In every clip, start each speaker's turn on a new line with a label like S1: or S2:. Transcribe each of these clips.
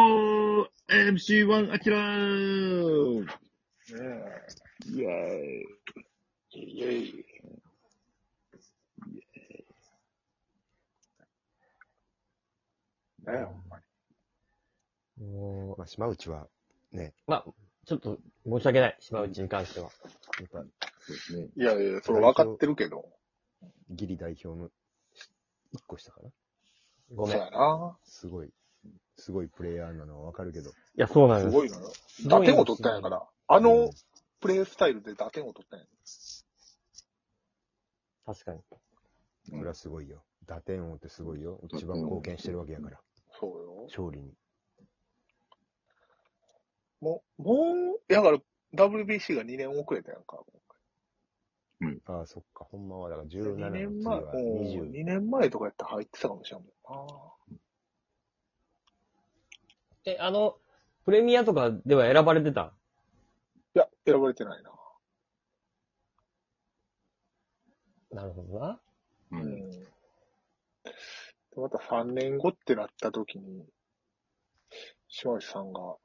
S1: 4MC1 アキラー
S2: ねえ
S1: イェーイ。
S2: イェイ。ねえ、ほんまに。
S3: もう、
S4: まあ、島内は、
S3: ちょっと申し訳ない。島内に関しては。
S4: やっぱ、そうですね、
S2: いやいや、それ分かってるけど。
S4: ギリ代表の一個下かな。
S3: ごめ
S2: そ
S3: ん。
S2: う
S3: い
S2: やな。
S4: すごい、すごいプレイヤーなのはわかるけど。
S3: や、そうなん
S2: す
S3: です。
S2: ごいのよ。
S3: すご
S2: 打
S3: いんです
S2: 点を取ったんやから。
S4: あ
S2: あのプレイスタイルで打点を取ったんや。
S3: 確かに。
S4: それはすごいよ。打点王ってすごいよ。一番
S1: うん
S4: 貢献してるわけやから、
S2: そうよ。
S4: 勝利に。
S2: もう、もう、だから WBC が2年遅れたやんか。
S4: ああ、そっか。ほんまは、だから17
S2: 2
S4: の
S2: 年
S4: 次
S2: 前、
S4: は
S2: もう
S4: 20。
S2: 2年前とかやったら入ってたかもしれんもんな。
S3: え、あの、プレミアとかでは選ばれてた
S2: いや、選ばれてないな。
S3: なるほどな。
S1: う。
S2: うんん。でまた3年後ってなった時に、島内さんが、も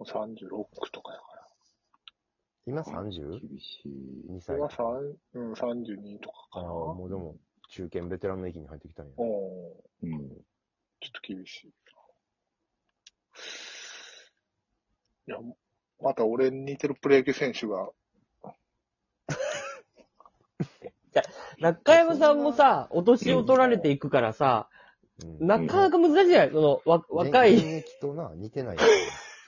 S2: う36とかやか
S4: 今32
S1: 厳しい。
S2: ら。
S4: 歳
S2: 今3、うん、32とかか
S4: ああ、
S2: な。
S4: もうでも、中堅ベテランの域に入ってきたんや。
S2: うん、
S1: うん。
S2: ちょっと厳しい。いや、また俺に似てるプロ野球選手が、
S3: 中山さんもさ、お年を取られていくからさ、
S4: うん
S3: なかなか難しいじゃないその、わ、若
S4: 現
S3: い、
S4: 役とな、似てな いよ。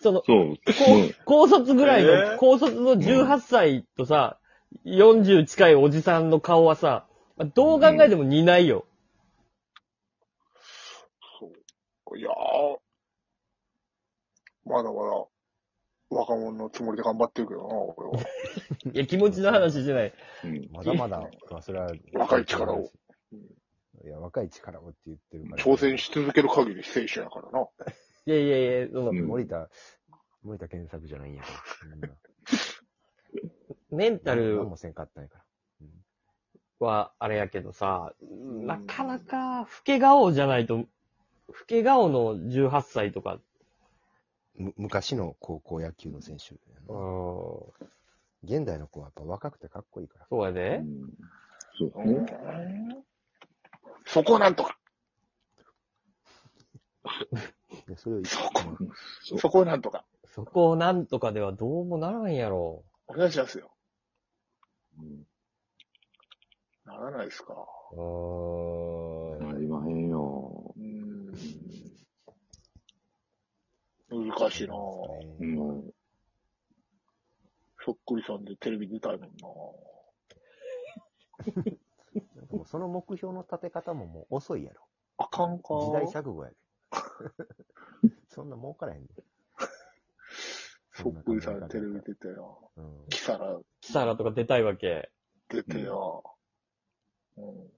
S3: その、
S1: そう。
S3: 高高卒ぐらいの、
S2: えー
S3: 高卒の18歳とさ、40近いおじさんの顔はさ、どう考えても似ないよ。
S2: そう。いやー、まだまだ、若者のつもりで頑張ってるけどな、俺は。
S3: いや、気持ちの話じゃない。
S1: うん。
S4: まだまだ、まあ、それは。
S2: 若い力を。
S4: いや、若い力をって言ってるから。
S2: 挑戦し続ける限り選手やからな。
S3: いやいやいや、その、
S1: うん
S4: 森田、森田健作じゃないんやから。 そんな
S3: メンタル
S4: 何もせんかったんやから。
S3: はあれやけどさ、
S2: ん
S3: なかなか老け顔じゃないと、老け顔の18歳とか、
S4: む昔の高校野球の選手や
S3: うーん
S4: な。、現代の子はやっぱ若くてかっこいいから。
S3: そうや
S1: う
S3: で。
S1: んそうですね。
S2: そこをなんとか
S4: いやそれを
S2: そこ
S4: うん
S1: そう
S2: そこをなんとか
S3: そこをなんとかではどうもならんやろ。
S2: お願いしますよ。
S1: うん
S2: ならないですか。
S3: うーん。
S1: なりまへんよ。
S2: うん。難しいなぁ。
S1: う
S4: ね
S1: ん。
S2: そっくりさんでテレビ出たいもんな
S4: なんかもうその目標の立て方ももう遅いやろ。
S2: あかんか。
S4: 時代錯誤やで。そんな儲からへんで。
S2: そっくりさんでテレビ出てよ。
S4: うん
S2: キサラ
S3: キサラとか出たいわけ。
S2: 出てよ。うん。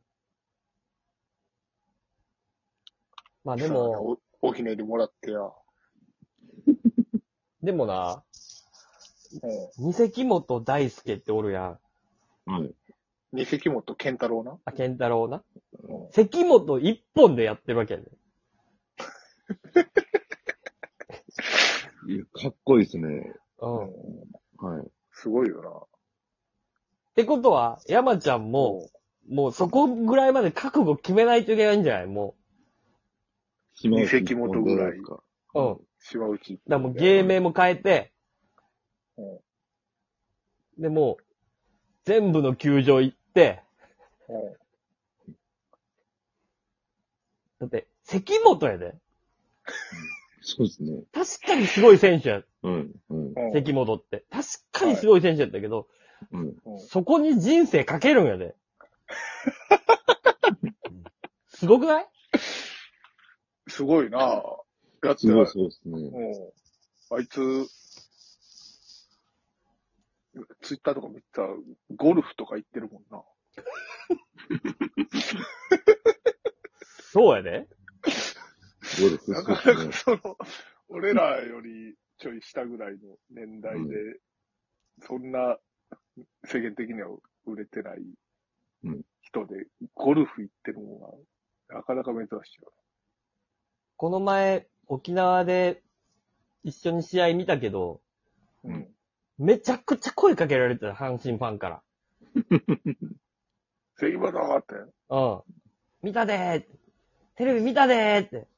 S3: まあ
S2: キ
S3: で
S2: サラ
S3: も、
S2: お、おひねりもらってや。
S3: でもな、
S2: う
S3: 二関本大輔っておるやん。
S1: はい。
S2: ん。二関本健太郎な。
S3: あ、健太郎な。
S2: うん。
S3: 関本一本でやってるわけやで。
S1: いや、かっこいいですね。
S3: うん。っ
S2: うん
S1: はい。
S2: すごいよな。
S3: てことは、山ちゃんも、もうそこぐらいまで覚悟決めないといけないんじゃないも
S1: 島
S2: 二関本ぐらい
S1: か。
S3: う。うん。だか
S2: 島内。
S3: らもう芸名も変えて、
S2: うん。
S3: で、もう、全部の球場行って、
S2: うん。
S3: だって、関本やで。
S1: そうですね。
S3: 確かにすごい選手や。
S1: うん。うん。
S2: うん
S3: 関本って。確かにすごい選手やったけど、
S1: うん。
S2: うん
S3: そこに人生かけるん やで。すごくない
S2: すごいなぁ。だって、
S1: す
S2: う
S1: ご
S2: ん
S1: い、そうですね。
S2: あいつ、ツイッターとか見たら、ゴルフとか行ってるもんな。
S3: そうやで。
S1: ゴルフ、
S2: な
S1: そ
S2: か
S1: う
S2: な
S1: です
S2: か
S1: ね。
S2: その、俺らよりちょい下ぐらいの年代で、そんな世間的には売れてない
S1: うん
S2: 人で、ゴルフ行ってるのが、なかなか珍しいよ。
S3: この前、沖縄で一緒に試合見たけど、
S1: うん
S2: うん。
S3: めちゃくちゃ声かけられてた、阪神ファンか
S2: 関本って。
S3: ら。うん。見たでーテレビ見たでーって。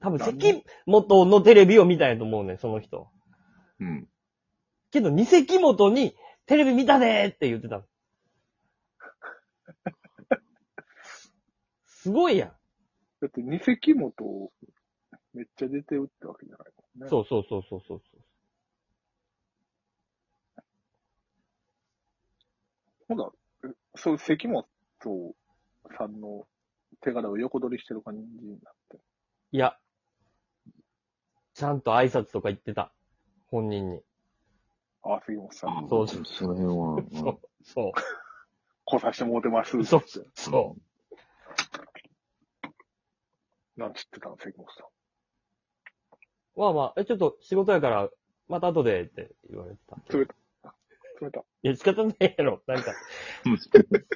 S3: 多分、
S2: なん
S3: 関本のテレビを見たんやと思うね、その人。
S1: うん。
S3: けど、二関本に、テレビ見たでーって言っ てたの。すごいやん。
S2: だって、二席元めっちゃ出て打ったわけじゃないもんね。
S3: そうそうそうそうそうそう。
S2: ほな、えそういう関本さんの手柄を横取りしてる感じになって。
S3: いや。ちゃんと挨拶とか言ってた。本人に。
S2: ああ、関本さん、
S3: そう
S1: そその辺は。
S3: そ
S2: 来させてもうてます。
S3: う。そう。そ
S2: なんつってたの、関本さん。
S3: う。まあまあ、え、ちょっと仕事やから、また後でって言われてた。
S2: 冷た。冷た。
S3: いや、仕方ないやろ。なんか、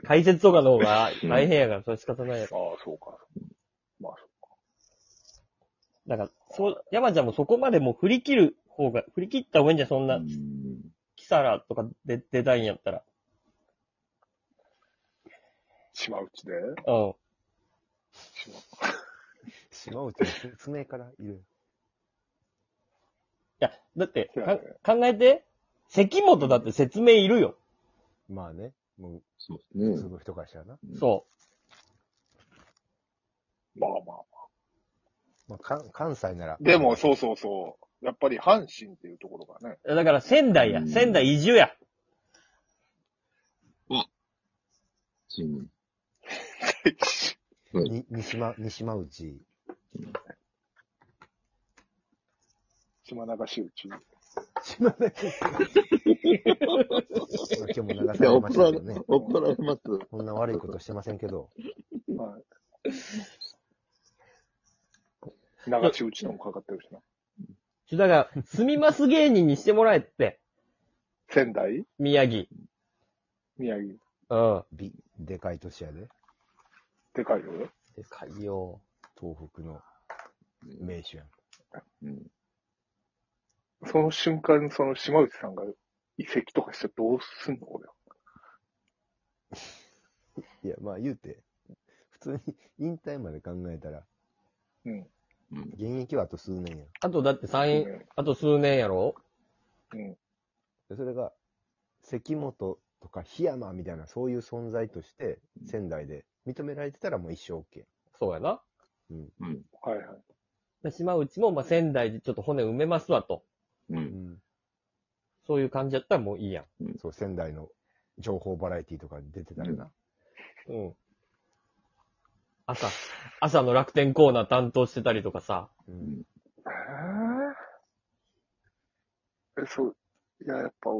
S3: 解説とかの方が大変やから、それ仕方ないやろ。
S2: ああ、そうか。まあ、そ
S3: だから、そう、山ちゃんもそこまでもう振り切る方が、振り切った方がいいんじゃん、そん
S1: う
S3: な、
S1: ん。
S3: キサラとか出、出たいんやった
S2: う
S3: ら。
S2: 島内で
S3: うん。
S2: 島内
S4: 島内の説明からいる。
S3: いや、だって、
S2: そうや
S3: か
S2: ね
S3: 考えて、関本だって説明いるよ。
S4: まあね、も
S1: そう
S4: う、
S1: です
S4: す
S1: ね。
S4: ごい人からしたらな。
S1: うん
S3: そ
S2: まあまあ。
S4: まあ、関関西なら。
S2: でも、そうそうそう。やっぱり阪神っていうところがね。
S3: う。だから仙台
S1: う
S3: や。
S1: ん
S3: 仙台移住や。
S1: チーム。
S4: に西間、西間内。
S2: 島流し打ち。
S4: 島内。今日も流さ
S1: いや、
S4: れまし
S1: 怒ら
S4: た
S1: れ
S4: けどね。、
S1: 怒られます。
S4: こんな悪いことしてませんけど。
S2: はい。流し打ちのもかかってるしな。
S3: ちょだから、すみます芸人にしてもらえって、
S2: 仙台
S3: 宮城。
S2: 宮城。
S3: うん。
S4: び、でかい都市やで。
S2: でかいよ。
S3: でかいよ。
S4: 東北の名手やん。
S1: うん。
S2: その瞬間、その島内さんが移籍とかしてどうすんの俺。
S4: いや、まあ言うて、普通に引退まで考えたら、
S2: うん。
S1: うん。
S4: 現役はあと数年やん。
S3: あとだって3位、
S2: ね
S3: あと数年やろ
S2: うん。
S4: でそれが、関本とか檜山みたいな、そういう存在として、仙台で認められてたらもう一生 OK。
S3: そうやな。
S1: うん。
S2: はいはい。
S3: で島内も、まあ、仙台でちょっと骨埋めますわと。
S1: う。
S4: うんん。
S3: そういう感じやったらもういいやん。
S4: そう、仙台の情報バラエティとかに出てたらな。
S3: うん。朝、朝の楽天コーナー担当してたりとかさ。
S4: うんん。
S2: えーえ、そう、いや、やっぱ、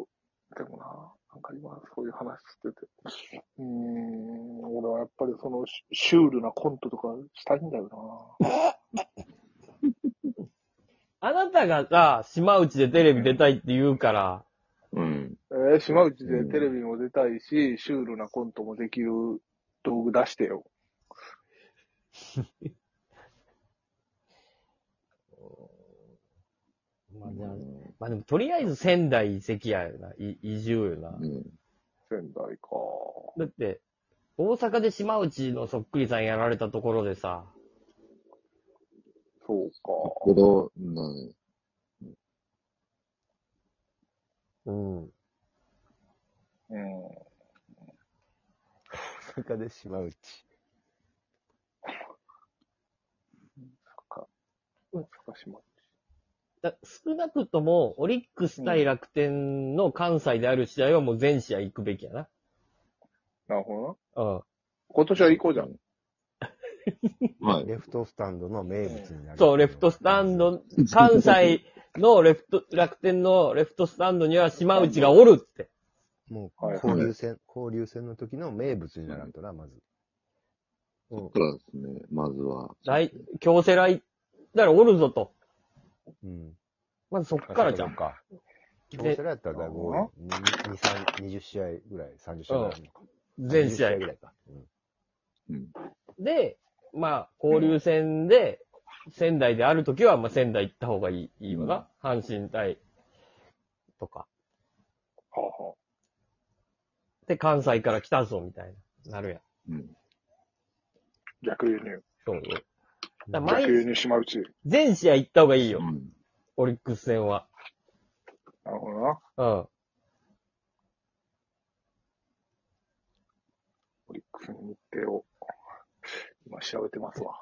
S2: でもな、なんか今、そういう話してて、うーん、俺はやっぱりその、シシュールなコントとかしたいんだよな。
S3: あなたがさ、島内でテレビ出たいって言うから、
S1: うん。
S2: えー島内でテレビも出たいし、シュールなコントもできる道具出してよ。
S3: まあ、じゃあまあでもとりあえず仙台移籍やよな。い移住よな。
S1: うん。
S2: 仙台か。
S3: だって、大阪で島内のそっくりさんやられたところでさ、
S2: そう
S1: け
S2: か。
S1: ど、なね。
S3: うん。
S2: うん。
S4: 大阪で島内。
S2: 高島。
S3: だ少なくとも、オリックス対楽天の関西である試合はもう全試合行くべきやな。
S2: なるほどな。
S3: うん。
S2: 今年は行こうじゃん。
S1: はい。
S4: レフトスタンドの名物になる。
S3: そう、レフトスタン。ド、関西のレフト、楽天のレフトスタンドには島内がおるって。
S4: もう
S2: はい、
S4: 交流戦、交流戦の時の名物にならんとな、まず。
S3: う
S1: そ
S3: ん
S1: っ。からですね、まずは。
S3: 来、京セラ行ったらおるぞと。
S4: うん。
S3: まずそっからじゃん。
S4: か。京
S3: で
S4: セラやったらだいぶ多いよ。2、3 20試合ぐらい、30試合ぐらいあるのか。
S3: 全試合
S4: 20ぐ。らいか。うん
S1: うん。
S3: で、まあ、交流戦で、仙台であるときは、まあ、仙台行った方がいい、いいわな。阪神対、とか。
S2: はあは
S3: で、関西から来たぞ、みたいな。なるやん。
S1: うん。
S2: あ、逆輸入。
S3: そうよ。だか
S2: 逆
S3: ら毎
S2: 輸入島内。
S3: 全試合行った方がいいうよ。
S1: ん。
S3: オリックス戦は。
S2: なるほどな。
S3: うん。
S2: オリックスの日程を、今調べてますわ。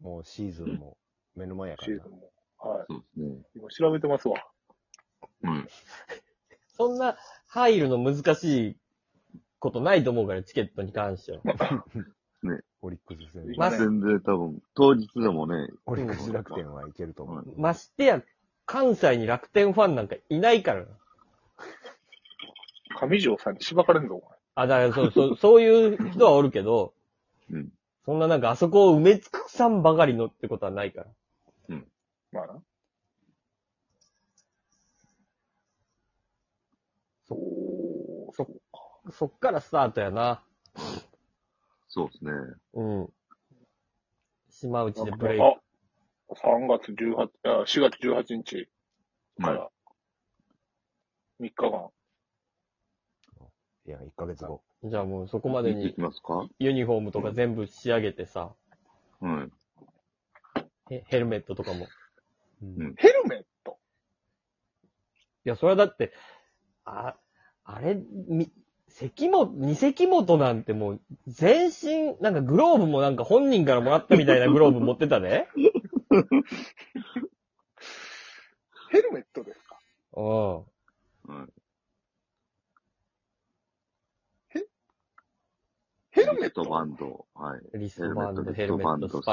S4: もうシーズンも目の前やか
S2: シ
S4: ら
S2: ー
S4: な
S2: ズン。も。は
S1: そうですね。
S2: い。今調べてますわ。
S1: うん。
S3: そんな入るの難しいことないと思うから、チケットに関しては。
S4: オリックス戦
S3: まず
S1: 全然多分、当日でもね、
S4: オリックス楽天はいけると思う。
S3: ましてや、関西に楽天ファンなんかいないからな。
S2: 上条さんにしばかれんぞ、お
S3: あ、だからそう、そう、そういう人はおるけど、
S1: うん。
S3: そんななんかあそこを埋め尽くさんばかりのってことはないから。
S2: 前。まあな。
S4: そ
S2: おー
S3: そそっからスタートやな。
S1: そうですね。
S3: うん。島内で
S2: なん
S3: ブ
S2: か
S3: レイ
S2: あ、3月18、あ4月18日か
S1: はい
S2: ら、3日間。
S4: いや、1ヶ月後。
S3: ク。じゃあもうそこまで
S1: 行って
S3: に
S1: きますか
S3: ユニフォームとか全部仕上げてさ、
S1: はい。
S3: ヘヘルメットとかも。い
S1: ん
S2: ヘルメット
S3: や、それはだって、あ、あれ、み、関本、二関本なんてもう、全身、なんかグローブもなんか本人からもらったみたいなグローブ持ってたで。
S2: ヘルメットですか
S3: うん。
S1: はい。
S2: ヘルメット
S1: リストバンド。はい。
S3: リストバンド、ヘ
S1: ヘ
S3: ルメ
S1: ルメ
S3: ッ
S1: ッ
S3: ト、スパイ
S1: ト
S3: ク